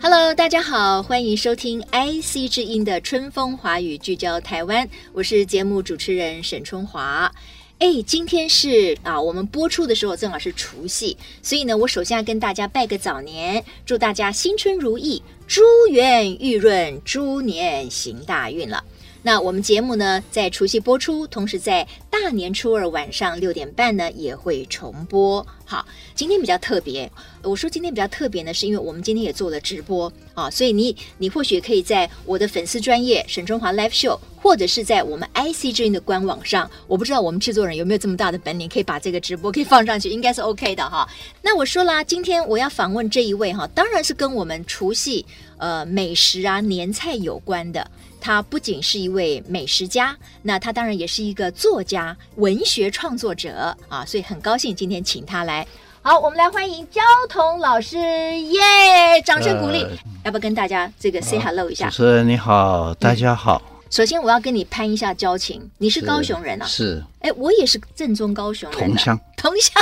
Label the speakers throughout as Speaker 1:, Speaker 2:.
Speaker 1: Hello，大家好，欢迎收听 IC 之音的春风华语聚焦台湾，我是节目主持人沈春华。哎，今天是啊，我们播出的时候正好是除夕，所以呢，我首先要跟大家拜个早年，祝大家新春如意，珠圆玉润，猪年行大运了。那我们节目呢，在除夕播出，同时在大年初二晚上六点半呢也会重播。好，今天比较特别，我说今天比较特别呢，是因为我们今天也做了直播啊，所以你你或许可以在我的粉丝专业沈中华 Live Show，或者是在我们 IC 之音的官网上，我不知道我们制作人有没有这么大的本领，可以把这个直播可以放上去，应该是 OK 的哈。那我说啦，今天我要访问这一位哈，当然是跟我们除夕呃美食啊年菜有关的。他不仅是一位美食家，那他当然也是一个作家、文学创作者啊，所以很高兴今天请他来。好，我们来欢迎焦桐老师，耶、掌声鼓励！
Speaker 2: 呃
Speaker 1: 要不要跟大家这个 say hello 一下？
Speaker 2: 主持人你好，大家好，
Speaker 1: 首先，我要跟你攀一下交情，你是高雄人啊？
Speaker 2: 是
Speaker 1: 哎，我也是正宗高雄人的，啊
Speaker 2: 同乡，
Speaker 1: 同 乡。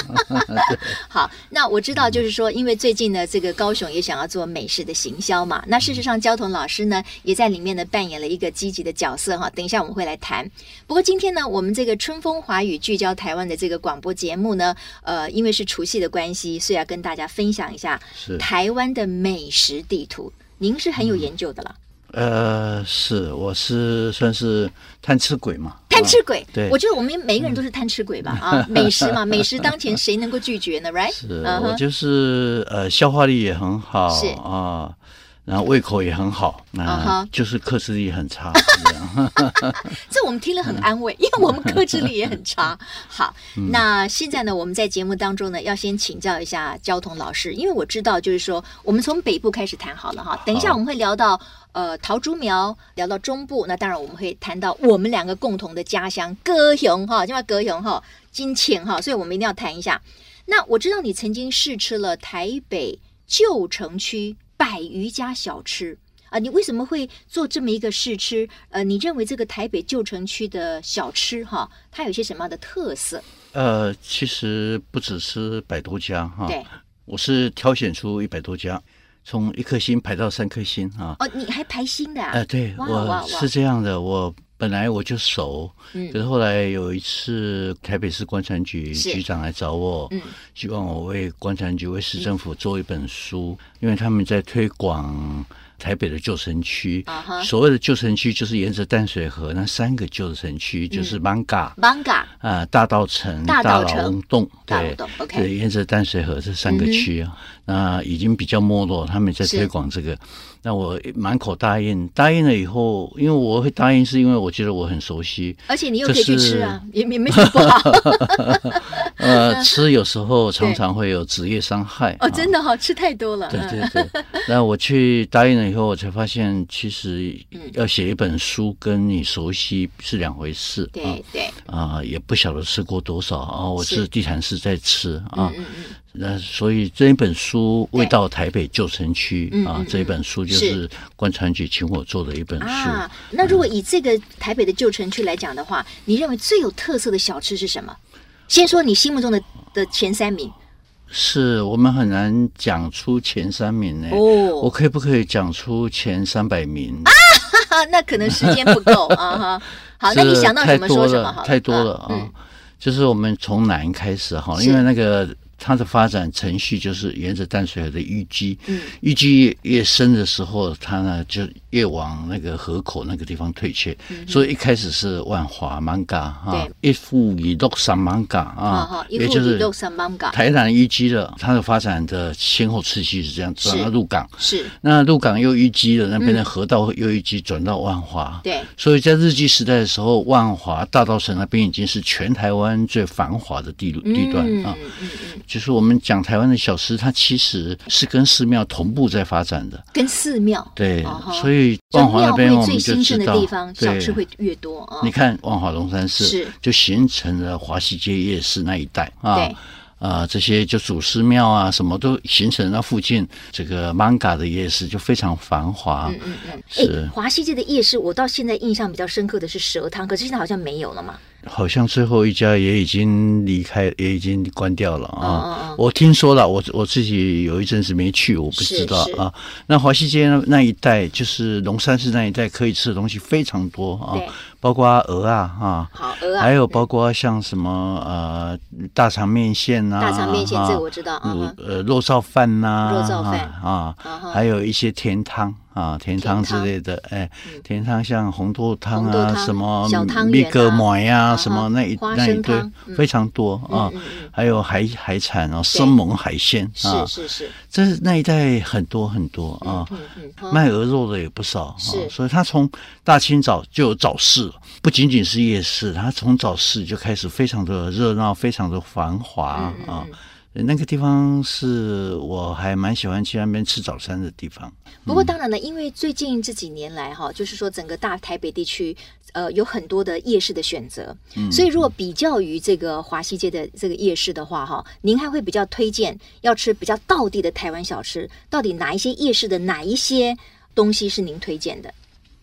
Speaker 1: 好，那我知道，就是说，因为最近呢，这个高雄也想要做美食的行销嘛。那事实上，焦桐老师呢，也在里面呢扮演了一个积极的角色哈。等一下我们会来谈。不过今天呢，我们这个春风华语聚焦台湾的这个广播节目呢，呃，因为是除夕的关系，所以要跟大家分享一下
Speaker 2: 是
Speaker 1: 台湾的美食地图。您是很有研究的
Speaker 2: 嗯
Speaker 1: 了，
Speaker 2: 呃，是我是算是贪吃鬼嘛，
Speaker 1: 贪吃鬼。
Speaker 2: 哦对嗯
Speaker 1: 我觉得我们每一个人都是贪吃鬼吧 啊，美食嘛，美食当前谁能够拒绝呢？Right？
Speaker 2: 是
Speaker 1: 嗯哼
Speaker 2: 我就是呃消化力也很好
Speaker 1: 是
Speaker 2: 啊，然后胃口也很好，
Speaker 1: 啊
Speaker 2: 那
Speaker 1: 哈
Speaker 2: 就是克制力很 差，这样
Speaker 1: 这我们听了很安慰，因为我们克制力也很差。好，那现在呢，我们在节目当中呢，要先请教一下焦桐老师，因为我知道就是说，我们从北部开始谈好了哈。等一下我们会聊到呃桃竹苗，聊到中部，那当然我们会谈到我们两个共同的家乡歌雄哈，另外歌雄哈、金钱哈，所以我们一定要谈一下。那我知道你曾经试吃了台北旧城区百余家小吃啊、你为什么会做这么一个试吃？呃，你认为这个台北旧城区的小吃哈，它有些什么样的特色？
Speaker 2: 呃，其实不只是百多家哈，
Speaker 1: 对，
Speaker 2: 我是挑选出一百多家，从一颗星排到三颗星啊，
Speaker 1: 哦，你还排新的啊？
Speaker 2: 呃，对
Speaker 1: 哇哇
Speaker 2: 我
Speaker 1: 哇
Speaker 2: 是这样的，我本来我就熟，
Speaker 1: 嗯
Speaker 2: 可是后来有一次台北市观察局
Speaker 1: 是
Speaker 2: 局长来找我，
Speaker 1: 嗯
Speaker 2: 希望我为观察局为市政府做一本书，因为他们在推广。台北的旧城区
Speaker 1: 啊哈
Speaker 2: 所谓的旧城区就是沿着淡水河那三个旧城区，就是 Manga、
Speaker 1: ，Manga
Speaker 2: 啊、大道城、
Speaker 1: 嗯大道城
Speaker 2: 老翁洞、
Speaker 1: 大楼
Speaker 2: 对
Speaker 1: 洞，OK，嗯
Speaker 2: 对，沿着淡水河这三个区啊，那已经比较没落，他们在
Speaker 1: 是
Speaker 2: 推广这个。那我满口答应，答应了以后，因为我会答应，是因为我觉得我很 熟悉。
Speaker 1: 而且你又
Speaker 2: 这
Speaker 1: 可以去
Speaker 2: 是
Speaker 1: 吃啊，也也没什么不好
Speaker 2: 呃，吃有时候常
Speaker 1: 对
Speaker 2: 常会有职业伤害。
Speaker 1: 哦，真
Speaker 2: 的。
Speaker 1: 的哈、吃太多了，
Speaker 2: 对
Speaker 1: 嗯
Speaker 2: 对对，那我去答应了以后，我才发现其实
Speaker 1: 嗯
Speaker 2: 要写一本书跟你熟悉是两回事。啊
Speaker 1: 对对，
Speaker 2: 啊、也不晓得吃过多少啊，我
Speaker 1: 是
Speaker 2: 是地毯式在吃
Speaker 1: 嗯。
Speaker 2: 啊
Speaker 1: 嗯嗯，
Speaker 2: 那所以这一本书《
Speaker 1: 对
Speaker 2: 味道台北旧城区
Speaker 1: 嗯》
Speaker 2: 啊
Speaker 1: 嗯，
Speaker 2: 这一本书就是是观察局请我做的一本书。
Speaker 1: 啊，那
Speaker 2: 嗯
Speaker 1: 如果以这个台北的旧城区来讲的话，你认为最有特色的小吃是什么？先说你心目中的的前三名
Speaker 2: 是我们很难讲出前三名呢。我
Speaker 1: 哦，
Speaker 2: 可以不可以讲出前三百名？
Speaker 1: 哈哈，那可能时间不 够啊哈。好，那你
Speaker 2: 是
Speaker 1: 想到
Speaker 2: 太
Speaker 1: 什么
Speaker 2: 多
Speaker 1: 说什么
Speaker 2: 了，
Speaker 1: 好了，
Speaker 2: 太多了
Speaker 1: 啊
Speaker 2: 啊！
Speaker 1: 嗯，
Speaker 2: 就是我们从南开始哈，
Speaker 1: 是
Speaker 2: 因为那个它的发展程序就是沿着淡水河的淤积，
Speaker 1: 嗯
Speaker 2: 淤积越深的时候，它呢就越往那个河口那个地方退却，
Speaker 1: 嗯
Speaker 2: 所以一开始是万华芒嘎啊，一富以六三芒嘎
Speaker 1: 好
Speaker 2: 啊
Speaker 1: 好，，一
Speaker 2: 也
Speaker 1: 户
Speaker 2: 就
Speaker 1: 一
Speaker 2: 是
Speaker 1: 六三芒嘎
Speaker 2: 台南淤积了，它的发展的先后次序是这样，转
Speaker 1: 是嗯
Speaker 2: 到鹿港，
Speaker 1: 是，
Speaker 2: 那鹿港又淤积了，那边的河道又淤积，转到万华，
Speaker 1: 对，
Speaker 2: 所以在日据时代的时候，万华大稻城那边已经是全台湾最繁华的地路地段、
Speaker 1: 嗯
Speaker 2: 啊。
Speaker 1: 嗯嗯，
Speaker 2: 就是我们讲台湾的小吃，它其实是跟寺庙同步在发展的。
Speaker 1: 跟寺庙
Speaker 2: 对，
Speaker 1: 哦吼
Speaker 2: 所以
Speaker 1: 所以
Speaker 2: 万华那边
Speaker 1: 庙会
Speaker 2: 我们
Speaker 1: 最兴
Speaker 2: 就知
Speaker 1: 盛的
Speaker 2: 道，
Speaker 1: 地方，小
Speaker 2: 对
Speaker 1: 吃会越多啊。
Speaker 2: 你看万华龙山
Speaker 1: 是
Speaker 2: 寺就形成了华西街夜市那一带啊
Speaker 1: 对。
Speaker 2: 啊、这些就祖师庙啊，什么都形成了附近这个 manga 的夜市就非常繁华。
Speaker 1: 嗯嗯嗯，
Speaker 2: 啊
Speaker 1: 哎，
Speaker 2: 是
Speaker 1: 华西街的夜市，我到现在印象比较深刻的是蛇汤，可是现在好像没有了嘛。
Speaker 2: 好像最后一家也已经离开，也已经关掉了啊。
Speaker 1: 嗯嗯嗯
Speaker 2: 我听说了，我我自己有一阵子没去，我不
Speaker 1: 是
Speaker 2: 知道
Speaker 1: 是
Speaker 2: 啊。那华西街那那一带，就是龙山寺那一带，可以吃的东西非常多啊
Speaker 1: 对，
Speaker 2: 包括鹅啊啊。
Speaker 1: 好，鹅啊，
Speaker 2: 还有包括像什么呃大肠面线呐、啊，
Speaker 1: 大肠面线，这个
Speaker 2: 啊
Speaker 1: 我知道啊
Speaker 2: 卤
Speaker 1: 哈。
Speaker 2: 呃肉燥饭呐、
Speaker 1: 肉燥饭
Speaker 2: 啊
Speaker 1: 啊哈
Speaker 2: 还有一些甜汤啊，甜汤之类的，哎，甜汤像红豆汤
Speaker 1: 嗯红豆
Speaker 2: 啊，
Speaker 1: 汤
Speaker 2: 什么
Speaker 1: 小汤
Speaker 2: 米
Speaker 1: 圆啊
Speaker 2: 格馍
Speaker 1: 啊
Speaker 2: 呀，
Speaker 1: 哈
Speaker 2: 什么那一
Speaker 1: 花
Speaker 2: 那一
Speaker 1: 生
Speaker 2: 堆
Speaker 1: 汤嗯
Speaker 2: 非常多啊
Speaker 1: 嗯嗯嗯，
Speaker 2: 还有海海产哦，生猛海鲜啊
Speaker 1: 是，是是，
Speaker 2: 这那一带很多很多啊。
Speaker 1: 嗯嗯，好
Speaker 2: 卖鹅肉的也不少，啊
Speaker 1: 是
Speaker 2: 所以他从大清早就有早市了，不仅仅是夜市，他从早市就开始非常的热闹，非常的繁华、
Speaker 1: 嗯嗯
Speaker 2: 啊。那个地方是我还蛮喜欢去那边吃早餐的地方。
Speaker 1: 不过当然了，因为最近这几年来哈，就是说整个大台北地区，呃，有很多的夜市的选择，
Speaker 2: 嗯
Speaker 1: 所以如果比较于这个华西街的这个夜市的话哈，您还会比较推荐要吃比较道地的台湾小吃，到底哪一些夜市的哪一些东西是您推荐的？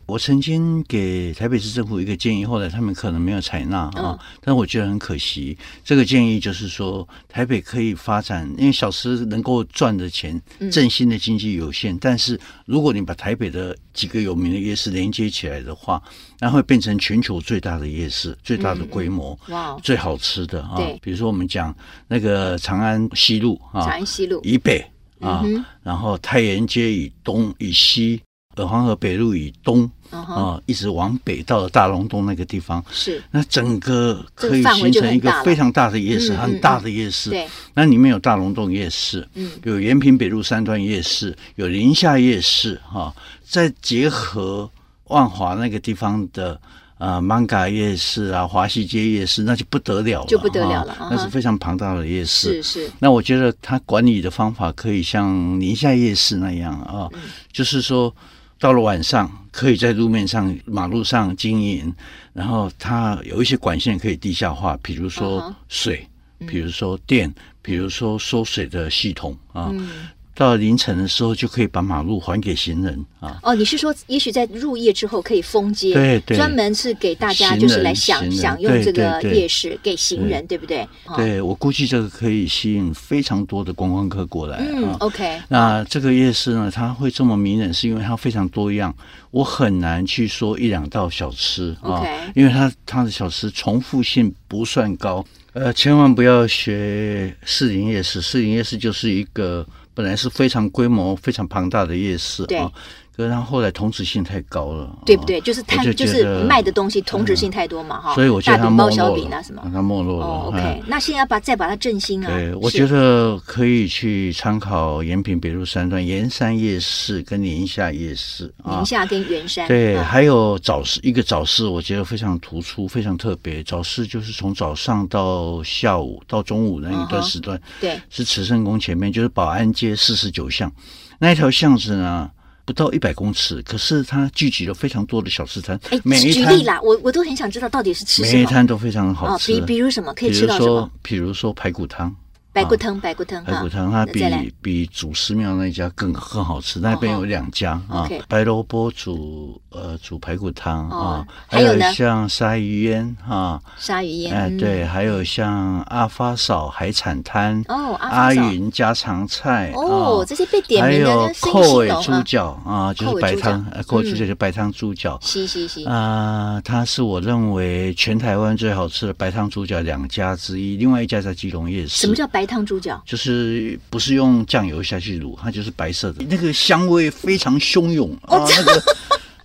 Speaker 2: 我曾经给台北市政府一个建议，后来他们可能没有采纳啊，
Speaker 1: 嗯
Speaker 2: 但我觉得很可惜。这个建议就是说，台北可以发展，因为小吃能够赚的钱，
Speaker 1: 嗯
Speaker 2: 振兴的经济有限。但是如果你把台北的几个有名的夜市连接起来的话，那会变成全球最大的夜市，最大的规模，
Speaker 1: 哇哦，
Speaker 2: 最好吃的啊
Speaker 1: 对。
Speaker 2: 比如说我们讲那个长安西路啊，
Speaker 1: 长安西路，
Speaker 2: 以北啊，
Speaker 1: 嗯哼
Speaker 2: 然后太原街以东以西，呃，黄河北路以东
Speaker 1: 嗯
Speaker 2: 啊、
Speaker 1: 哼，
Speaker 2: 一直往北到了大龙洞那个地方。
Speaker 1: 是
Speaker 2: 那整个
Speaker 1: 这个
Speaker 2: 可以
Speaker 1: 范围
Speaker 2: 形
Speaker 1: 就
Speaker 2: 成
Speaker 1: 很
Speaker 2: 一个
Speaker 1: 大了
Speaker 2: 非常大的夜市，
Speaker 1: 嗯嗯
Speaker 2: 很大的夜市。
Speaker 1: 对，
Speaker 2: 那里面有大龙洞夜市，
Speaker 1: 嗯
Speaker 2: 有延平北路三段夜市，有宁夏夜市，哈、再结合万华那个地方的。呃，芒嘎夜市啊，华西街夜市，那就不得了了，
Speaker 1: 就不得了
Speaker 2: 哈
Speaker 1: 了啊哈
Speaker 2: 那是非常庞大的夜
Speaker 1: 是
Speaker 2: 市。
Speaker 1: 是，
Speaker 2: 那我觉得他管理的方法可以像宁夏夜市那样啊，
Speaker 1: 嗯
Speaker 2: 就是说到了晚上可以在路面上、马路上经营，然后它有一些管线可以地下化，比如
Speaker 1: 嗯哼
Speaker 2: 说水，比如说电，比如说收水的系统啊。
Speaker 1: 嗯
Speaker 2: 到了凌晨的时候，就可以把马路还给行人啊。
Speaker 1: 哦，你是说，也许在入夜之后可以封街，
Speaker 2: 对对
Speaker 1: 专门是给大家
Speaker 2: 行
Speaker 1: 就是
Speaker 2: 人
Speaker 1: 来享
Speaker 2: 行人
Speaker 1: 享用
Speaker 2: 对
Speaker 1: 这个
Speaker 2: 对对
Speaker 1: 夜市，给行人，对不对？哦，
Speaker 2: 对我估计这个可以吸引非常多的观光客过来
Speaker 1: 嗯
Speaker 2: 啊。
Speaker 1: ，OK，
Speaker 2: 那这个夜市呢，它会这么迷人，是因为它非常多样。我很难去说一两道小吃啊
Speaker 1: OK
Speaker 2: 因为它它的小吃重复性不算高。呃，千万不要学士林夜市，士林夜市就是一个本来是非常规模非常庞大的夜市
Speaker 1: 对
Speaker 2: 啊，可是它后来同质性太高了，啊
Speaker 1: 对不对？就是它
Speaker 2: 我就
Speaker 1: 就
Speaker 2: 觉
Speaker 1: 是
Speaker 2: 得嗯
Speaker 1: 卖的东西同质性太多嘛，哈，
Speaker 2: 所以我觉得
Speaker 1: 大
Speaker 2: 它
Speaker 1: 饼包
Speaker 2: 没
Speaker 1: 小
Speaker 2: 落
Speaker 1: 饼啊
Speaker 2: 了，
Speaker 1: 什么。
Speaker 2: 它没落了。
Speaker 1: 哦
Speaker 2: 哎
Speaker 1: ，OK，那现在要把再把它振兴啊，
Speaker 2: 对，我
Speaker 1: 是
Speaker 2: 觉得可以去参考延平北路三段盐山夜市跟宁夏夜市啊。
Speaker 1: 宁夏跟圆山，
Speaker 2: 对，
Speaker 1: 啊
Speaker 2: 还有早市一个早市，我觉得非常突出，非常特别。早市就是从早上到下午到中午那一
Speaker 1: 嗯
Speaker 2: 段
Speaker 1: 哼
Speaker 2: 时段，
Speaker 1: 对，
Speaker 2: 是慈圣宫前面，就是保安街四十九巷那一条巷子呢，不到一百公尺，可是它聚集了非常多的小吃摊
Speaker 1: 哎，，
Speaker 2: 每一
Speaker 1: 举
Speaker 2: 摊
Speaker 1: 例啦，我我都很想知道到底是吃什
Speaker 2: 每一
Speaker 1: 么
Speaker 2: 摊都非常好
Speaker 1: 哦，
Speaker 2: 吃
Speaker 1: 比。比如什么可以
Speaker 2: 比
Speaker 1: 吃
Speaker 2: 如
Speaker 1: 到什么
Speaker 2: 说，比如说排骨汤，
Speaker 1: 白骨汤，白骨汤，
Speaker 2: 排
Speaker 1: 哈
Speaker 2: 骨汤它
Speaker 1: 那再来
Speaker 2: 比比祖师庙那一家更更好吃，那边
Speaker 1: 哦吼
Speaker 2: 有两家啊
Speaker 1: OK，
Speaker 2: 白萝卜煮呃煮排骨汤
Speaker 1: 哦
Speaker 2: 啊，
Speaker 1: 还
Speaker 2: 还
Speaker 1: 有
Speaker 2: 有
Speaker 1: 呢
Speaker 2: 像鲨鱼烟啊，
Speaker 1: 鲨鱼烟，
Speaker 2: 哎
Speaker 1: 嗯
Speaker 2: 对，，还有像阿发嫂海产摊
Speaker 1: 哦阿发
Speaker 2: 阿
Speaker 1: 嫂
Speaker 2: 云家常菜
Speaker 1: 哦
Speaker 2: 啊，
Speaker 1: 这些被点
Speaker 2: 还
Speaker 1: 名的
Speaker 2: 有
Speaker 1: 那生意
Speaker 2: 扣
Speaker 1: 兴
Speaker 2: 尾
Speaker 1: 隆
Speaker 2: 猪
Speaker 1: 啊，
Speaker 2: 脚啊，就
Speaker 1: 扣尾
Speaker 2: 是白
Speaker 1: 猪脚
Speaker 2: 汤，呃扣尾猪
Speaker 1: 嗯
Speaker 2: 脚就是白汤猪脚。
Speaker 1: 是是是，
Speaker 2: 啊、它是我认为全台湾最好吃的白汤猪脚两家之一，另外一家在基隆夜市。
Speaker 1: 什么叫白汤猪脚？
Speaker 2: 就是不是用酱油下去卤，它就是白色的，那个香味非常汹涌啊，那个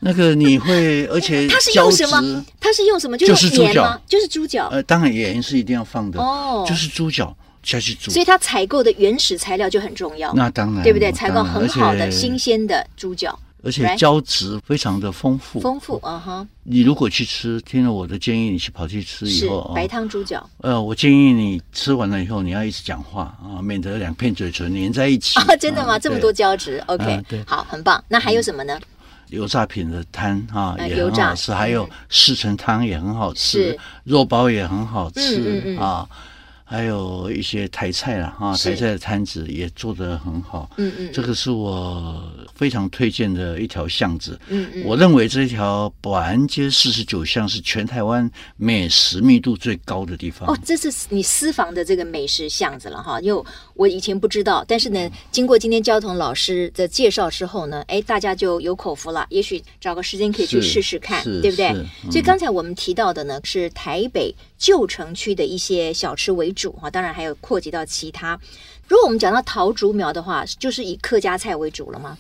Speaker 2: 那个你会，而且
Speaker 1: 哦 它是
Speaker 2: 胶
Speaker 1: 用
Speaker 2: 质
Speaker 1: 什，么？它是用什么？
Speaker 2: 就是是
Speaker 1: 用盐
Speaker 2: 猪脚
Speaker 1: 吗？就是猪脚。
Speaker 2: 呃，当然盐是一定要放的，
Speaker 1: 哦
Speaker 2: 就是猪脚下去煮
Speaker 1: 所，以它采购的原始材料就很重要，
Speaker 2: 那当然
Speaker 1: 对不对？
Speaker 2: 嗯当然
Speaker 1: 采购很好的、
Speaker 2: 而且
Speaker 1: 新鲜的猪脚，
Speaker 2: 而且
Speaker 1: Right
Speaker 2: 胶质非常的丰富。
Speaker 1: 丰富，嗯哼，
Speaker 2: 你如果去吃，听了我的建议，你去跑去吃以
Speaker 1: 是
Speaker 2: 后啊，
Speaker 1: 白汤猪脚
Speaker 2: 呃，我建议你吃完了以后，你要一直讲话啊，免得两片嘴唇粘在一起。
Speaker 1: 哦， 真的吗？
Speaker 2: 啊
Speaker 1: 这么
Speaker 2: 对
Speaker 1: 多胶质，OK，
Speaker 2: 啊对嗯
Speaker 1: 好，很棒。那还有什么呢？
Speaker 2: 油炸品的摊啊，
Speaker 1: 呃
Speaker 2: 也
Speaker 1: 油
Speaker 2: 很
Speaker 1: 炸
Speaker 2: 好吃，还有四神汤也很好吃
Speaker 1: 是，
Speaker 2: 肉包也很好
Speaker 1: 嗯嗯
Speaker 2: 吃
Speaker 1: 嗯
Speaker 2: 啊，还有一些台菜啦啊，
Speaker 1: 是
Speaker 2: 台菜的摊子也做得很好。
Speaker 1: 嗯嗯
Speaker 2: 这个是我非常推荐的一条巷子。
Speaker 1: 嗯嗯，
Speaker 2: 我认为这条保安街四十九巷是全台湾美食密度最高的地方。
Speaker 1: 哦，这是你私房的这个美食巷子了哈，因为我以前不知道，但是
Speaker 2: 嗯
Speaker 1: 呢，经过今天焦彤老师的介绍之后呢，哎，大家就有口福了。也许找个时间可以去
Speaker 2: 是
Speaker 1: 试试看，
Speaker 2: 是
Speaker 1: 对不对
Speaker 2: 是？嗯
Speaker 1: 所以刚才我们提到的呢，是台北旧城区的一些小吃为主哈，当然还有扩及到其他。如果我们讲到桃竹苗的话，就是以客家菜为主了吗？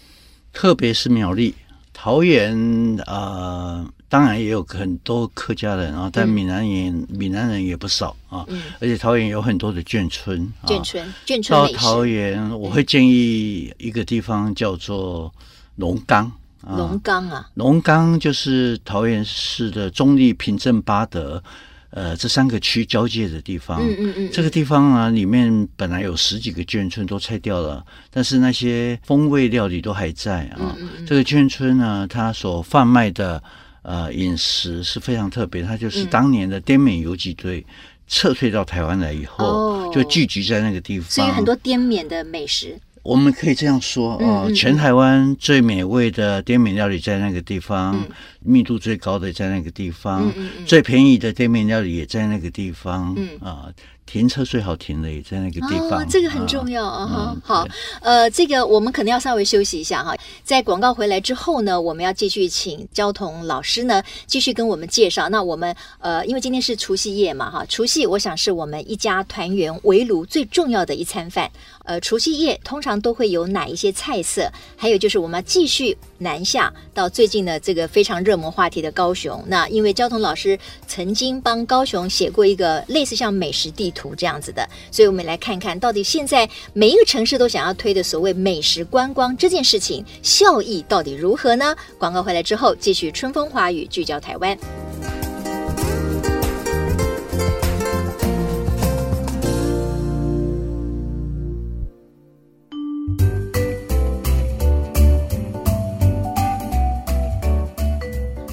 Speaker 2: 特别是苗栗、桃园，呃，当然也有很多客家人啊，
Speaker 1: 嗯
Speaker 2: 但闽南人、闽南人也不少啊，而且桃园有很多的眷村啊。
Speaker 1: 眷村，眷村
Speaker 2: 到
Speaker 1: 美
Speaker 2: 桃
Speaker 1: 食，
Speaker 2: 园，我会建议一个地方叫做龙岗啊
Speaker 1: 龙，岗啊，
Speaker 2: 龙岗就是桃园市的中立、平镇、八德，呃，这三个区交界的地方。
Speaker 1: 嗯嗯嗯，
Speaker 2: 啊这个地方啊，里面本来有十几个眷村都拆掉了，但是那些风味料理都还在
Speaker 1: 嗯
Speaker 2: 啊。这个眷村呢，它所贩卖的呃饮食是非常特别，它就是
Speaker 1: 嗯
Speaker 2: 当年的滇缅游击队撤退到台湾来以后，
Speaker 1: 哦
Speaker 2: 就聚集在那个地方。
Speaker 1: 所以很多滇缅的美食，
Speaker 2: 我们可以这样说
Speaker 1: 嗯
Speaker 2: 哦，
Speaker 1: 嗯
Speaker 2: 全台湾最美味的滇缅料理在那个地方，密度最高的在那个地方，
Speaker 1: 嗯嗯嗯
Speaker 2: 最便宜的滇缅料理也在那个地方，
Speaker 1: 嗯
Speaker 2: 啊、停车最好停的也在那个地方，
Speaker 1: 哦，这个很
Speaker 2: 啊
Speaker 1: 重要啊、
Speaker 2: 嗯
Speaker 1: 哈好，呃，这个我们可能要稍微休息一下哈。在广告回来之后呢，我们要继续请焦彤老师呢继续跟我们介绍。那我们呃，因为今天是除夕夜嘛哈，除夕我想是我们一家团圆围炉最重要的一餐饭。呃，除夕夜通常都会有哪一些菜色？还有就是我们要继续南下到最近的这个非常热门话题的高雄。那因为焦彤老师曾经帮高雄写过一个类似像美食地图这样子的，所以我们来看看到底现在每一个城市都想要推的所谓美食观光这件事情效益到底如何呢？广告回来之后，继续春风华语聚焦台湾。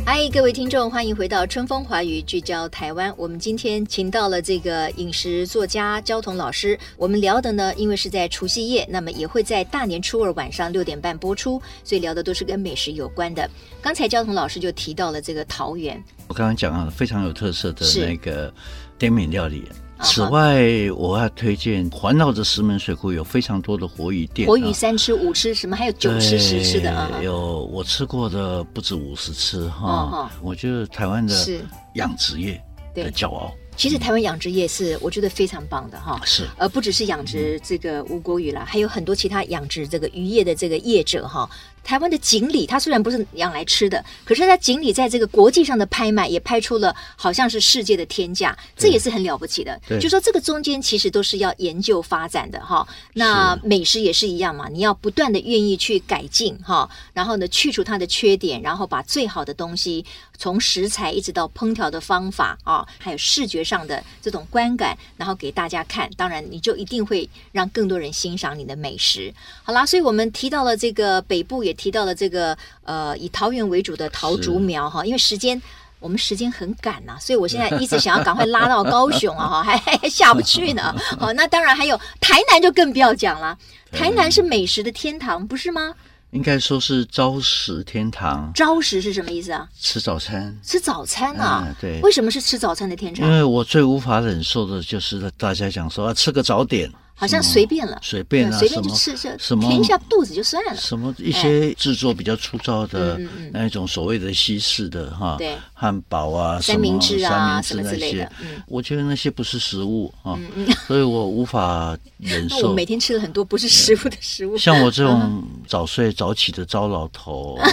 Speaker 1: 嗨，各位听众，欢迎回到春风华语，聚焦台湾。我们今天请到了这个饮食作家焦彤老师，我们聊的呢，因为是在除夕夜，那么也会在大年初二晚上六点半播出，所以聊的都是跟美食有关的。刚才焦彤老师就提到了这个桃园，
Speaker 2: 我刚刚讲到了非常有特色的
Speaker 1: 是
Speaker 2: 那个滇缅料理。
Speaker 1: 啊
Speaker 2: 此
Speaker 1: 好
Speaker 2: 外，我要推荐环绕着石门水库有非常多的活鱼店，
Speaker 1: 活鱼
Speaker 2: 啊
Speaker 1: 三吃五吃什么，还有九
Speaker 2: 对，
Speaker 1: 吃十吃的啊，
Speaker 2: 有我吃过的不止五十次
Speaker 1: 哦
Speaker 2: 哈
Speaker 1: 哈。
Speaker 2: 我觉得台湾的
Speaker 1: 是。
Speaker 2: 养殖业
Speaker 1: 对
Speaker 2: 的骄傲
Speaker 1: 其实台湾养殖业是我觉得非常棒的哈。
Speaker 2: 是
Speaker 1: 呃，不只是养殖这个吴国鱼啦，还有很多其他养殖这个渔业的这个业者哈。台湾的锦鲤，它虽然不是养来吃的，可是它锦鲤在这个国际上的拍卖也拍出了好像是世界的天价，这
Speaker 2: 对
Speaker 1: 也是很了不起的。
Speaker 2: 对
Speaker 1: 就说这个中间其实都是要研究发展的哈。那美食也是一样嘛，你要不断的愿意去改进哈，然后呢去除它的缺点，然后把最好的东西从食材一直到烹调的方法啊，还有视觉上的这种观感，然后给大家看。当然，你就一定会让更多人欣赏你的美食。好啦，所以我们提到了这个北部，也提到了这个呃以桃园为主的桃竹
Speaker 2: 是
Speaker 1: 苗哈，因为时间。我们时间很赶 呐、所以我现在一直想要赶快拉到高雄啊，哈， 还还下不去 呢。好，那当然还有台南就更不要讲了，台南是美食的天堂，不是吗？
Speaker 2: 应该说是朝食天堂，
Speaker 1: 朝食是什么意思啊？
Speaker 2: 吃早餐。
Speaker 1: 吃早餐啊？
Speaker 2: 嗯对嗯
Speaker 1: 为什么是吃早餐的天
Speaker 2: 因
Speaker 1: 堂？
Speaker 2: 为我最无法忍受的就是大家讲说啊，吃个早点，
Speaker 1: 好像
Speaker 2: 什么
Speaker 1: 随便了，
Speaker 2: 随便啊，
Speaker 1: 对随便
Speaker 2: 什
Speaker 1: 就
Speaker 2: 么
Speaker 1: 吃吃，
Speaker 2: 什么
Speaker 1: 填一下肚子就算了。
Speaker 2: 什么一些制作比较粗糙的
Speaker 1: 嗯嗯嗯
Speaker 2: 那一种所谓的西式的哈
Speaker 1: 对，
Speaker 2: 汉堡啊、
Speaker 1: 三明治啊
Speaker 2: 什
Speaker 1: 什
Speaker 2: 么
Speaker 1: 么
Speaker 2: 三
Speaker 1: 之
Speaker 2: 明
Speaker 1: 类
Speaker 2: 治
Speaker 1: 的
Speaker 2: 那些
Speaker 1: 嗯，
Speaker 2: 我觉得那些不是食物啊， 所以我无法忍
Speaker 1: 那我
Speaker 2: 受。
Speaker 1: 每天吃嗯了很多不是食物的食物，
Speaker 2: 像我这种早睡早起的糟老 头啊，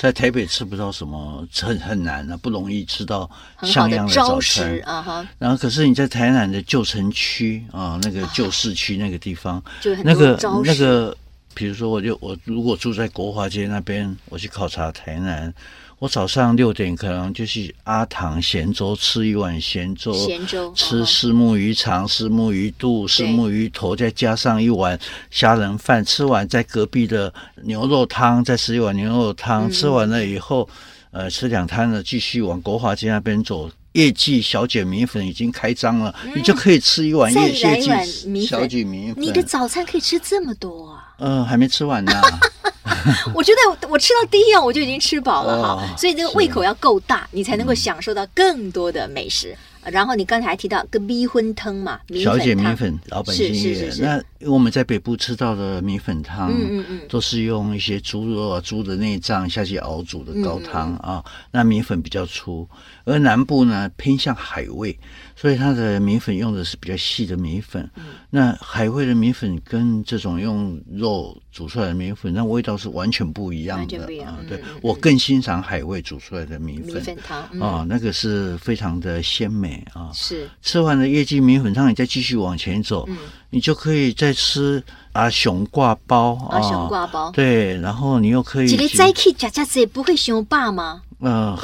Speaker 2: 在台北吃不到什么，很很难啊，不容易吃到
Speaker 1: 很好
Speaker 2: 像
Speaker 1: 的
Speaker 2: 样的
Speaker 1: 朝
Speaker 2: 早
Speaker 1: 食
Speaker 2: 餐。
Speaker 1: 啊哈，
Speaker 2: 然后，可是你在台南的旧城区啊，那个旧市区那个地方，
Speaker 1: 啊就很
Speaker 2: 那
Speaker 1: 多
Speaker 2: 个
Speaker 1: 朝
Speaker 2: 那
Speaker 1: 食。
Speaker 2: 个比如说，我就我如果住在国华街那边，我去考察台南，我早上六点可能就去阿堂咸粥吃一碗咸粥，
Speaker 1: 咸粥
Speaker 2: 吃
Speaker 1: 哦
Speaker 2: 虱目鱼肠、虱目鱼肚、虱目鱼头，再加上一碗虾仁饭，吃完在隔壁的牛肉汤，再吃一碗牛肉
Speaker 1: 嗯
Speaker 2: 汤，吃完了以后，呃，吃两摊了，继续往国华街那边走。叶记小姐米粉已经开张了，你就可以吃一碗
Speaker 1: 嗯再
Speaker 2: 叶
Speaker 1: 来一碗
Speaker 2: 叶
Speaker 1: 米
Speaker 2: 记
Speaker 1: 粉
Speaker 2: 小姐米粉。
Speaker 1: 你的早餐可以吃这么多啊！
Speaker 2: 呃，还没吃完呢。
Speaker 1: 我觉得我吃到第一样我就已经吃饱了哈，
Speaker 2: 哦
Speaker 1: 所以这个胃口要够大，你才能够享受到更多的美食。呃然后你刚才还提到个米粉汤嘛，米粉
Speaker 2: 小
Speaker 1: 汤
Speaker 2: 姐米，粉老本
Speaker 1: 是
Speaker 2: 姓
Speaker 1: 是
Speaker 2: 叶
Speaker 1: 是，是
Speaker 2: 那我们在北部吃到的米粉汤，
Speaker 1: 嗯嗯嗯，
Speaker 2: 都是用一些猪肉啊、猪的内脏下去熬煮的高
Speaker 1: 嗯
Speaker 2: 汤啊。那米粉比较粗，而南部呢偏向海味，所以它的米粉用的是比较细的米粉。
Speaker 1: 嗯
Speaker 2: 那海味的米粉跟这种用肉煮出来的米粉，那味道是完全不一样
Speaker 1: 完
Speaker 2: 的
Speaker 1: 全不一样
Speaker 2: 啊
Speaker 1: 嗯。
Speaker 2: 对
Speaker 1: 嗯嗯
Speaker 2: 我更欣赏海味煮出来的米
Speaker 1: 米
Speaker 2: 粉
Speaker 1: 粉汤，嗯，
Speaker 2: 啊，那个是非常的鲜美啊。
Speaker 1: 是
Speaker 2: 吃完了业绩米粉汤，你再继续往前走，
Speaker 1: 嗯
Speaker 2: 你就可以再吃啊熊挂包
Speaker 1: 啊，小挂包。
Speaker 2: 对，然后你又可以
Speaker 1: 一个
Speaker 2: 去
Speaker 1: 早起吃吃这不会想饱吗？
Speaker 2: 呃，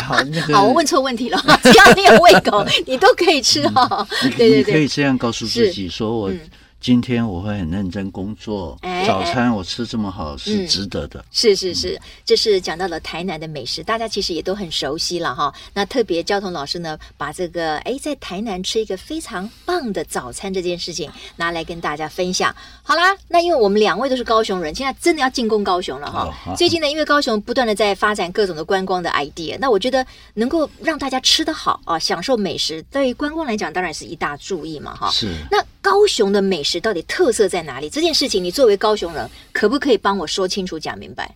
Speaker 2: 好那个，
Speaker 1: 好，我问错问题了。 只要你有胃口，你都可以吃哈。
Speaker 2: 你
Speaker 1: 对对
Speaker 2: 你可以
Speaker 1: 对，
Speaker 2: 这样告诉自己说，我
Speaker 1: 嗯
Speaker 2: 今天我会很认真工作，
Speaker 1: 哎
Speaker 2: 早餐我吃这么好是
Speaker 1: 嗯
Speaker 2: 值得的。
Speaker 1: 是是是，这是讲到了台南的美食，大家其实也都很熟悉了哈。那特别交通老师呢，把这个哎在台南吃一个非常棒的早餐这件事情拿来跟大家分享。好啦，那因为我们两位都是高雄人，现在真的要进攻高雄了
Speaker 2: 好
Speaker 1: 哈。
Speaker 2: 好
Speaker 1: 最近呢，因为高雄不断的在发展各种的观光的 idea，那我觉得能够让大家吃得好啊，享受美食，对于观光来讲当然是一大注意嘛哈。
Speaker 2: 是
Speaker 1: 那高雄的美食到底特色在哪里？这件事情，你作为高雄人，可不可以帮我说清楚、讲明白？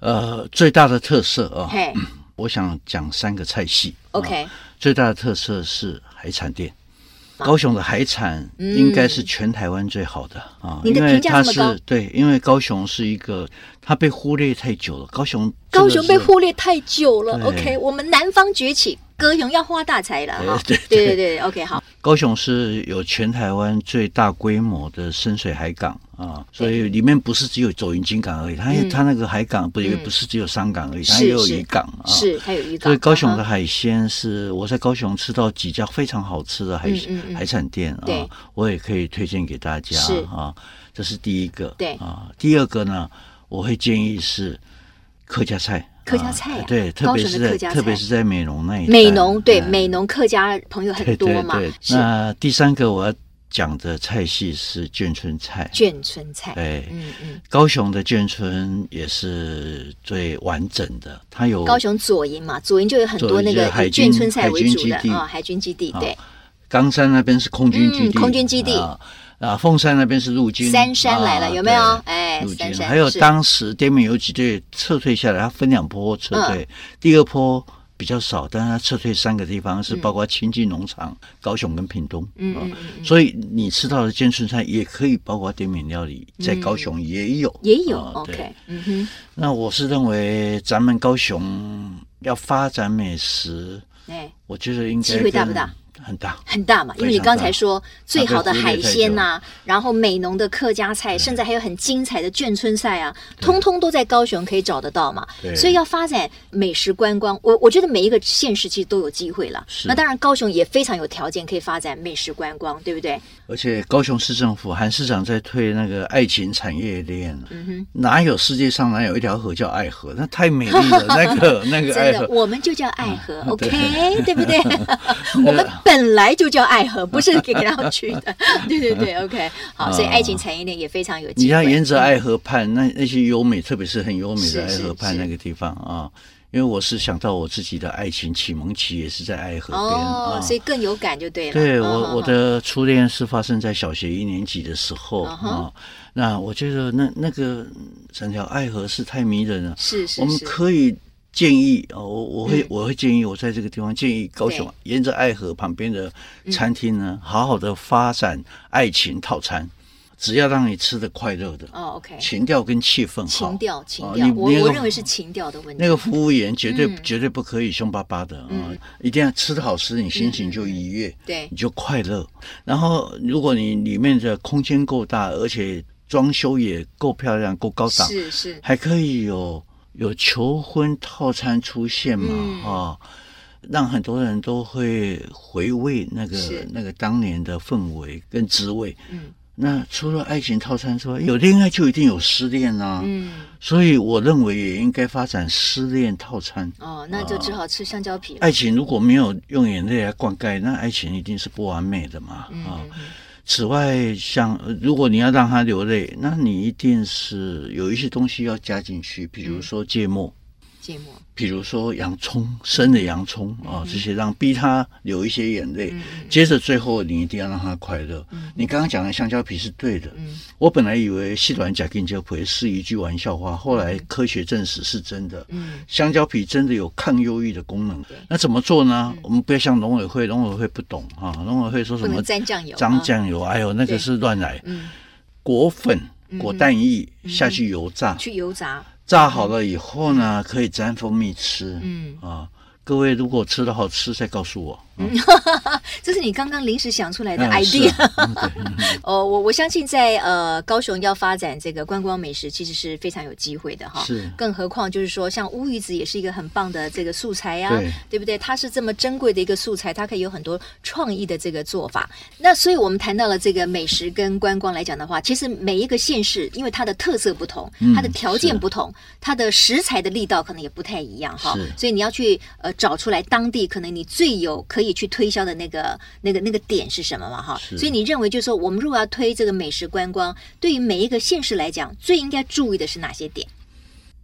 Speaker 2: 呃，最大的特色啊，
Speaker 1: 嘿
Speaker 2: 我想讲三个菜系。啊
Speaker 1: ，OK，
Speaker 2: 最大的特色是海产店。高雄的海产应该是全台湾最好的、啊，
Speaker 1: 你的
Speaker 2: 因为
Speaker 1: 评价
Speaker 2: 它
Speaker 1: 这么高
Speaker 2: 是对，因为高雄是一个它被忽略太久了，高雄真
Speaker 1: 高
Speaker 2: 的
Speaker 1: 雄
Speaker 2: 是
Speaker 1: 被忽略太久了。
Speaker 2: 对
Speaker 1: OK，我们南方崛起，高雄要发大财了哈。对对对对，OK，好，
Speaker 2: 高雄是有全台湾最大规模的深水海港啊，所以里面不是只有走云金港而已，它、
Speaker 1: 嗯
Speaker 2: 它那个海港不也
Speaker 1: 嗯
Speaker 2: 不是只有商港而已，它
Speaker 1: 是
Speaker 2: 也有
Speaker 1: 是
Speaker 2: 渔港啊。
Speaker 1: 是还有渔港，
Speaker 2: 所以高雄的
Speaker 1: 啊
Speaker 2: 海鲜是我在高雄吃到几家非常好吃的海、
Speaker 1: 嗯嗯嗯
Speaker 2: 海产店啊
Speaker 1: 对，
Speaker 2: 我也可以推荐给大家
Speaker 1: 是
Speaker 2: 啊。这是第一个，
Speaker 1: 对
Speaker 2: 啊。第二个呢，我会建议是客家菜，
Speaker 1: 客家菜啊
Speaker 2: 对，特
Speaker 1: 高
Speaker 2: 别
Speaker 1: 雄的
Speaker 2: 是
Speaker 1: 客
Speaker 2: 在
Speaker 1: 家菜
Speaker 2: 特别是在美容那一带
Speaker 1: 美浓对
Speaker 2: 哎
Speaker 1: 美浓客家朋友很
Speaker 2: 对
Speaker 1: 多
Speaker 2: 对
Speaker 1: 嘛
Speaker 2: 对，。
Speaker 1: 是
Speaker 2: 那第三个我要讲的菜系是眷村菜，
Speaker 1: 眷村菜，
Speaker 2: 对，
Speaker 1: 嗯嗯，
Speaker 2: 高雄的眷村也是最完整的，它有
Speaker 1: 高雄左营嘛，左营就有很多那
Speaker 2: 左
Speaker 1: 个
Speaker 2: 营就海
Speaker 1: 以
Speaker 2: 军
Speaker 1: 眷村菜为主的
Speaker 2: 海军基地
Speaker 1: 啊，海军基地
Speaker 2: 啊
Speaker 1: 对，
Speaker 2: 冈山那边是空军基地，
Speaker 1: 嗯空军基地
Speaker 2: 啊，啊凤山那边是陆军，
Speaker 1: 三山来了
Speaker 2: 啊
Speaker 1: 有没有
Speaker 2: 对
Speaker 1: 哎
Speaker 2: 陆军啊
Speaker 1: 三山
Speaker 2: 还有
Speaker 1: 是
Speaker 2: 当时滇缅游击队撤退下来，他分两波撤退，
Speaker 1: 嗯
Speaker 2: 第二波。比较少，但是他撤退三个地方是包括亲近农场、高雄跟屏东，
Speaker 1: 嗯
Speaker 2: 啊
Speaker 1: 嗯嗯
Speaker 2: 所以你吃到的健春菜也可以包括滇缅料理，在高雄也有，
Speaker 1: 也有
Speaker 2: 啊对
Speaker 1: OK，嗯哼，
Speaker 2: 那我是认为咱们高雄要发展美食，
Speaker 1: 哎。
Speaker 2: 我觉得应该
Speaker 1: 机会大不
Speaker 2: 跟
Speaker 1: 大？
Speaker 2: 很 大，
Speaker 1: 很大嘛，因为你刚才说最
Speaker 2: 啊
Speaker 1: 好的海鲜呐、然后美浓的客家菜，甚至还有很精彩的眷村菜啊，通通都在高雄可以找得到嘛。
Speaker 2: 对
Speaker 1: 所以要发展美食观光，我我觉得每一个县市其实都有机会了。
Speaker 2: 是
Speaker 1: 那当然，高雄也非常有条件可以发展美食观光，对不对？
Speaker 2: 而且高雄市政府韩市长在推那个爱情产业链，啊
Speaker 1: 嗯哼，
Speaker 2: 哪有世界上哪有一条河叫爱河？那太美丽 了，那个那个
Speaker 1: 真
Speaker 2: 爱
Speaker 1: 的，
Speaker 2: 河。
Speaker 1: 我们就叫爱河、
Speaker 2: 嗯
Speaker 1: o k 对 不对？我们本来就叫爱河，不是给他们取的。对对对，OK，好，所以爱情产业链也非常有机会。
Speaker 2: 你要沿着爱河畔，那那些优美，特别是很优美
Speaker 1: 是
Speaker 2: 的爱河
Speaker 1: 是
Speaker 2: 畔
Speaker 1: 是
Speaker 2: 那个地方啊，因为我是想到我自己的爱情启蒙期也是在爱河边
Speaker 1: 哦
Speaker 2: 啊，。
Speaker 1: 所以更有感就对了。
Speaker 2: 对
Speaker 1: 嗯
Speaker 2: 我，我。
Speaker 1: 嗯嗯
Speaker 2: 的初恋是发生在小学一年级的时候
Speaker 1: 嗯哼
Speaker 2: 啊。那我觉得那那个整条爱河是太迷人了。
Speaker 1: 是是
Speaker 2: 我们
Speaker 1: 是，
Speaker 2: 可以建议哦，我我会、
Speaker 1: 嗯
Speaker 2: 我会建议我在这个地方建议高雄沿着爱河旁边的
Speaker 1: 嗯
Speaker 2: 餐厅呢，好好的发展爱情套餐，只要让你吃的快乐的，
Speaker 1: 哦，OK，
Speaker 2: 情调跟气氛好，
Speaker 1: 情调情
Speaker 2: 哦
Speaker 1: 调，
Speaker 2: 你
Speaker 1: 我
Speaker 2: 那个
Speaker 1: 我认为是情调的问题。
Speaker 2: 那个服务员绝对、
Speaker 1: 嗯
Speaker 2: 绝对不可以凶巴巴的啊、
Speaker 1: 嗯
Speaker 2: 一定要吃的好吃，你心情就
Speaker 1: 嗯嗯嗯
Speaker 2: 愉悦。
Speaker 1: 对
Speaker 2: 你就快乐。然后，如果你里面的空间够大，而且装修也够漂亮、够高档，
Speaker 1: 是是，
Speaker 2: 还可以有有求婚套餐出现嘛
Speaker 1: 嗯
Speaker 2: 哈、让很多人都会回味那个
Speaker 1: 是
Speaker 2: 那个当年的氛围跟滋味。
Speaker 1: 嗯
Speaker 2: 那除了爱情套餐之外，有恋爱就一定有失恋啊，
Speaker 1: 嗯，
Speaker 2: 所以我认为也应该发展失恋套餐。
Speaker 1: 哦，那
Speaker 2: 啊
Speaker 1: 就只好吃香蕉皮了。
Speaker 2: 爱情如果没有用眼泪来灌溉，那爱情一定是不完美的嘛啊、
Speaker 1: 嗯嗯嗯
Speaker 2: 此外，像呃如果你要让他流泪，那你一定是有一些东西要加进去，比如说芥末，
Speaker 1: 芥末，
Speaker 2: 比如说洋葱，生的洋葱啊、这些让逼他流一些眼泪。
Speaker 1: 嗯
Speaker 2: 接着最后你一定要让他快乐。
Speaker 1: 嗯
Speaker 2: 你刚刚讲的香蕉皮是对的，
Speaker 1: 嗯
Speaker 2: 我本来以为细软甲根胶皮是一句玩笑话，后来科学证实是真的。
Speaker 1: 嗯
Speaker 2: 香蕉皮真的有抗忧郁的功能
Speaker 1: 对，
Speaker 2: 那怎么做呢？我们不要像农委会，农委会不懂啊，农委会说
Speaker 1: 嗯，
Speaker 2: 什
Speaker 1: 不能
Speaker 2: 么
Speaker 1: 沾酱油啊，
Speaker 2: 脏酱油，哎呦，那
Speaker 1: 对
Speaker 2: 个是乱来。
Speaker 1: 嗯，
Speaker 2: 果粉、果蛋液
Speaker 1: 嗯
Speaker 2: 下去油炸，
Speaker 1: 去油炸，
Speaker 2: 炸好了以后呢，可以沾蜂蜜吃
Speaker 1: 嗯，
Speaker 2: 啊。各位如果吃的好吃，再告诉我。
Speaker 1: 这是你刚刚临时想出来的
Speaker 2: 嗯
Speaker 1: idea
Speaker 2: 是。啊嗯对
Speaker 1: 哦，我我相信在呃高雄要发展这个观光美食，其实是非常有机会的哈。
Speaker 2: 是
Speaker 1: 更何况就是说，像乌鱼子也是一个很棒的这个素材呀、
Speaker 2: 对
Speaker 1: 不对？它是这么珍贵的一个素材，它可以有很多创意的这个做法。那所以我们谈到了这个美食跟观光来讲的话，其实每一个县市因为它的特色不同，它的条件
Speaker 2: 嗯是
Speaker 1: 不同，它的食材的力道可能也不太一样哈
Speaker 2: 是。
Speaker 1: 所以你要去呃找出来当地可能你最有可以去推销的那个那个那个点是什么嘛哈。
Speaker 2: 是
Speaker 1: 所以你认为就是说，我们如果要推这个美食观光，对于每一个县市来讲，最应该注意的是哪些点？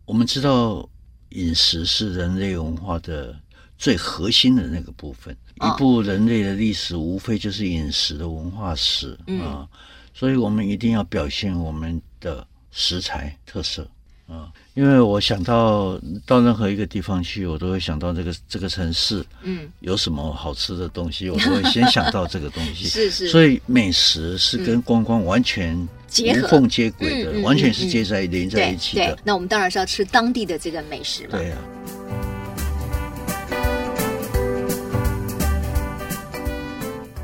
Speaker 2: 我们知道饮食是人类文化的最核心的那个部分。
Speaker 1: 哦
Speaker 2: 一部人类的历史，无非就是饮食的文化史
Speaker 1: 嗯
Speaker 2: 啊、所以我们一定要表现我们的食材特色啊、因为我想到到任何一个地方去，我都会想到这个这个城市
Speaker 1: 嗯，
Speaker 2: 有什么好吃的东西，我都会先想到这个东西。
Speaker 1: 是是，
Speaker 2: 所以美食是跟观光完全
Speaker 1: 结合
Speaker 2: 无缝接轨的，
Speaker 1: 嗯嗯
Speaker 2: 完全
Speaker 1: 嗯
Speaker 2: 是
Speaker 1: 嗯
Speaker 2: 接在连在
Speaker 1: 对
Speaker 2: 一起的
Speaker 1: 对。，那我们当然是要吃当地的这个美食嘛。
Speaker 2: 对呀、啊。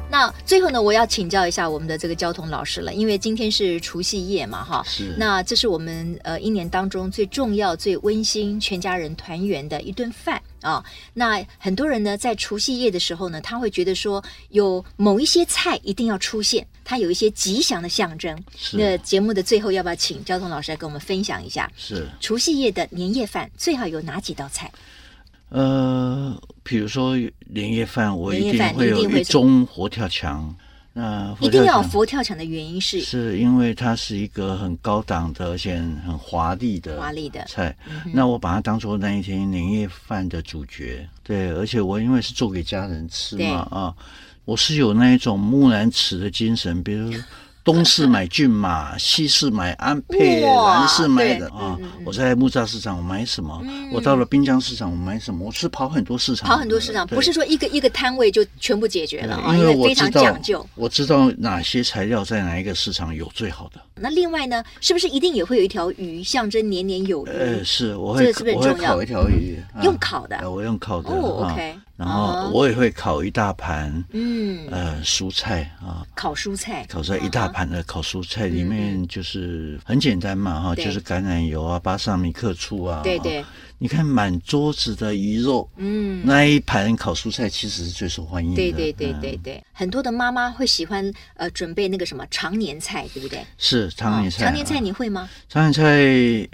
Speaker 1: 那最后呢，我要请教一下我们的这个交通老师了，因为今天是除夕夜嘛，哈。
Speaker 2: 是
Speaker 1: 那这是我们呃一年当中最重要、最温馨、全家人团圆的一顿饭啊、那很多人呢，在除夕夜的时候呢，他会觉得说有某一些菜一定要出现，它有一些吉祥的象征。
Speaker 2: 是
Speaker 1: 那节目的最后，要不要请交通老师来跟我们分享一下
Speaker 2: 是
Speaker 1: 除夕夜的年夜饭最好有哪几道菜？
Speaker 2: 呃，比如说年夜饭，我
Speaker 1: 年
Speaker 2: 一
Speaker 1: 夜饭
Speaker 2: 定会
Speaker 1: 一
Speaker 2: 有
Speaker 1: 定会
Speaker 2: 一
Speaker 1: 做
Speaker 2: 盅佛跳墙。那佛
Speaker 1: 一定
Speaker 2: 跳
Speaker 1: 要有
Speaker 2: 墙
Speaker 1: 佛跳墙的原因是
Speaker 2: 是因为它是一个很高档的，而且很华丽的
Speaker 1: 华丽的嗯
Speaker 2: 菜。那我把它当做那一天年夜饭的主角。对，而且我因为是做给家人吃
Speaker 1: 对
Speaker 2: 嘛啊，我是有那一种木兰辞的精神，比如说东市买骏马，西市买鞍辔，
Speaker 1: 哇
Speaker 2: 南市买的
Speaker 1: 对
Speaker 2: 啊
Speaker 1: 嗯嗯嗯。嗯
Speaker 2: 我在木栅市场我买什么？我到了滨江市场我买什么？我是跑很多市场的，
Speaker 1: 跑很多市场，
Speaker 2: 对
Speaker 1: 不是说一个一个摊位就全部解决了啊，
Speaker 2: 对因为我
Speaker 1: 非常
Speaker 2: 知道
Speaker 1: 讲究。
Speaker 2: 我知道哪些材料在哪一个市场有最好的。
Speaker 1: 那另外呢，是不是一定也会有一条鱼象征年年有余？
Speaker 2: 呃，是，我
Speaker 1: 嗯这个
Speaker 2: 会
Speaker 1: 是不是很
Speaker 2: 我会
Speaker 1: 重要
Speaker 2: 烤一条鱼，啊
Speaker 1: 用烤的
Speaker 2: 呃我用烤的。
Speaker 1: 哦
Speaker 2: 啊
Speaker 1: ，OK
Speaker 2: 然
Speaker 1: 啊
Speaker 2: 后我也会烤一大盘，
Speaker 1: 嗯，
Speaker 2: 呃，蔬菜啊，
Speaker 1: 烤蔬菜，
Speaker 2: 烤在一大盘的烤蔬菜里面，就是很简单嘛哈，
Speaker 1: 嗯对
Speaker 2: 就是橄榄油啊、巴萨米克醋啊。
Speaker 1: 对
Speaker 2: 啊
Speaker 1: 对，
Speaker 2: 你看满桌子的鱼肉，
Speaker 1: 嗯。
Speaker 2: 那一盘烤蔬菜其实是最受欢迎的。
Speaker 1: 对对对
Speaker 2: 嗯
Speaker 1: 对对，很多的妈妈会喜欢呃准备那个什么常年菜，对不对？哦
Speaker 2: 是常年菜。
Speaker 1: 常年
Speaker 2: 啊
Speaker 1: 菜你会吗？
Speaker 2: 长野菜，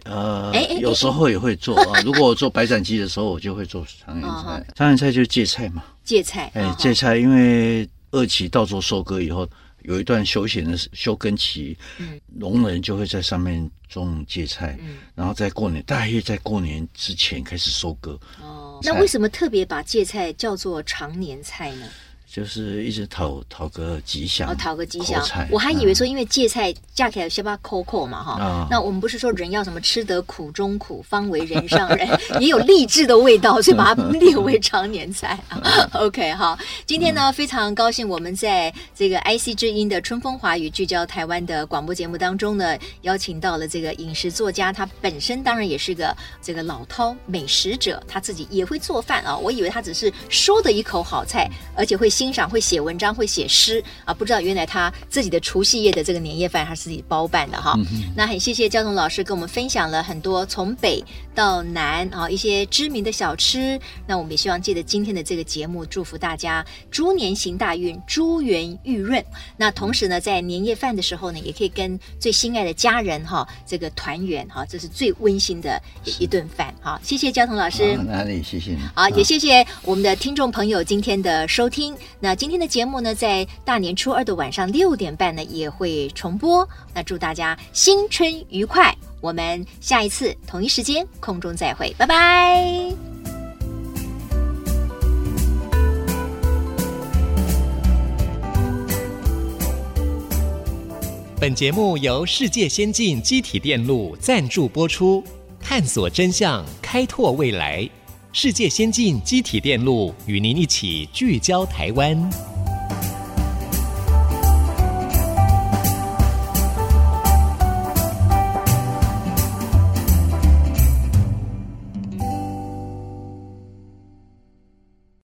Speaker 2: 呃
Speaker 1: 哎哎哎，
Speaker 2: 有时候也会做啊。如果我做白斩鸡的时候，我就会做长 野
Speaker 1: 哦好
Speaker 2: 菜。长野菜就是芥菜嘛，
Speaker 1: 芥菜，
Speaker 2: 哎
Speaker 1: 啊，
Speaker 2: 芥菜因为二期稻作收割以后，有一段休闲的休耕期
Speaker 1: 嗯，
Speaker 2: 农人就会在上面种芥菜，
Speaker 1: 嗯
Speaker 2: 然后在过年，大约在过年之前开始收割，
Speaker 1: 哦，
Speaker 2: 菜
Speaker 1: 那为什么特别把芥菜叫做常年菜呢？
Speaker 2: 就是一直讨讨个吉
Speaker 1: 哦，
Speaker 2: 祥，
Speaker 1: 讨个吉
Speaker 2: 口
Speaker 1: 祥
Speaker 2: 才。
Speaker 1: 我还以为说，
Speaker 2: 嗯
Speaker 1: 因为芥菜嫁给了西巴扣扣嘛，哈、
Speaker 2: 啊
Speaker 1: 那我们不是说人要什么吃得苦中苦，方为人上人， 也有励志的味道，所以把它 列为常年菜
Speaker 2: 嗯
Speaker 1: 啊。OK，好，今天呢非常高兴，我们在这个 IC 之音的春风华语聚焦台湾的广播节目当中呢，邀请到了这个饮食作家，他本身当然也是个这个老饕美食者，他自己也会做饭啊。我以为他只是说的一口好菜，而且会欣。欣赏，会写文章，会写诗啊！不知道原来他自己的除夕夜的这个年夜饭，他是自己包办的哈。那很谢谢焦彤老师跟我们分享了很多从北到南啊一些知名的小吃。那我们也希望借着今天的这个节目，祝福大家猪年行大运，珠圆玉润。那同时呢，在年夜饭的时候呢，也可以跟最心爱的家人哈、这个团圆哈、这是最温馨的一一顿饭哈。谢谢焦彤老师。
Speaker 2: 啊哪里？谢谢你。
Speaker 1: 好，也
Speaker 2: 啊
Speaker 1: 谢谢我们的听众朋友今天的收听。那今天的节目呢，在大年初二的晚上六点半呢也会重播。那祝大家新春愉快，我们下一次同一时间空中再会，拜拜。
Speaker 3: 本节目由世界先进机体电路赞助播出，探索真相，开拓未来。世界先进机体电路与您一起聚焦台湾。